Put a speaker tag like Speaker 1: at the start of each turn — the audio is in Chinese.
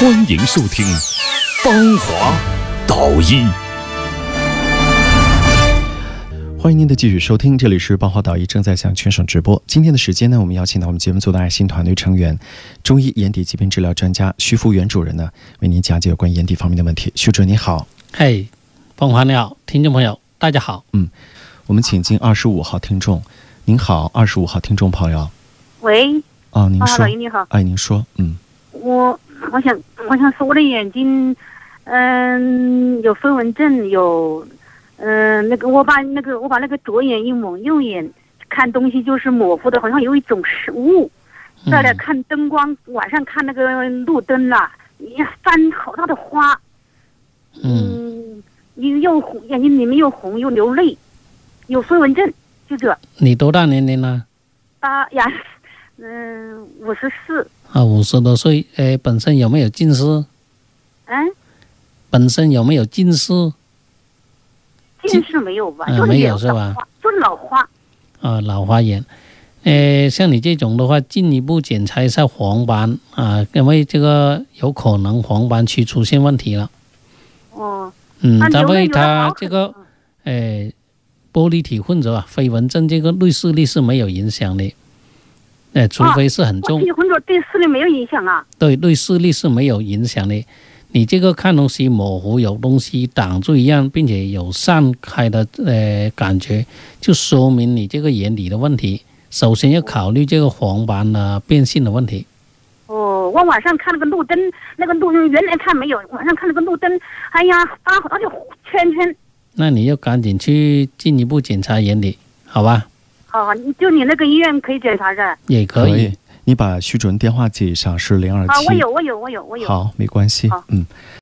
Speaker 1: 欢迎收听《芳华导医》。
Speaker 2: 欢迎您的继续收听，这里是《八华导医》正在向全省直播。今天的时间呢，我们邀请到我们节目组的爱心团队成员、中医眼底疾病治疗专家徐福元主任呢，为您讲解有关眼底方面的问题。徐主任你好，
Speaker 3: 嘿，凤凰你好，听众朋友大家好，
Speaker 2: 我们请进二十五号听众。您好，二十五号听众朋友。
Speaker 4: 喂，
Speaker 2: 哦，您
Speaker 4: 啊，
Speaker 2: 说
Speaker 4: 老，姨你好，
Speaker 2: 哎，您说，嗯，
Speaker 4: 我我想我想说我的眼睛，嗯、有飞蚊症，有，嗯、那个我把那个我把那个左眼一蒙，右眼看东西就是模糊的，好像有一种食物。再来看灯光，晚上看那个路灯啦、呀，翻好大的花，
Speaker 3: 嗯，
Speaker 4: 嗯，你又红，眼睛里面又红又流泪，有飞蚊症，就这
Speaker 3: 你多大年龄了？
Speaker 4: 八呀，嗯，五十四，
Speaker 3: 啊，五十多岁，哎，本身有没有近视？
Speaker 4: 嗯。
Speaker 3: 本身有没有近视？
Speaker 4: 近视没有吧？
Speaker 3: 嗯
Speaker 4: 就是
Speaker 3: 没
Speaker 4: 眼
Speaker 3: 有是
Speaker 4: 老
Speaker 3: 吧
Speaker 4: 花？就是老花。
Speaker 3: 啊，老花眼。呃，像你这种的话，进一步检查一下黄斑啊，因为这个有可能黄斑区出现问题了。
Speaker 4: 哦，
Speaker 3: 嗯
Speaker 4: 那，
Speaker 3: 因
Speaker 4: 流泪
Speaker 3: 为
Speaker 4: 流的
Speaker 3: 它
Speaker 4: 好
Speaker 3: 这
Speaker 4: 狠
Speaker 3: 个
Speaker 4: 啊
Speaker 3: 呃玻璃体混着啊，飞蚊症这个对视力是没有影响的，呃，除
Speaker 4: 啊
Speaker 3: 非是很
Speaker 4: 我
Speaker 3: 重
Speaker 4: 结婚着对视力没有影响啊。
Speaker 3: 对对视力是没有影响的。你这个看东西模糊，有东西挡住一样，并且有散开的呃感觉，就说明你这个眼底的问题。首先要考虑这个黄斑的变性的问题。
Speaker 4: 哦，我晚上看那个路灯，那个路原来看没有，晚上看那个路灯，哎呀，发好大的圈圈。
Speaker 3: 那你要赶紧去进一步检查眼底，好吧？
Speaker 4: 好，哦你就你那个医院可以检查啊噻。
Speaker 3: 也可以。
Speaker 2: 你把徐主任电话记一下，是零二
Speaker 4: 啊，我
Speaker 2: 七。
Speaker 4: 有，我有，我有，我有。
Speaker 2: 好，没关系
Speaker 4: 好，
Speaker 2: 嗯。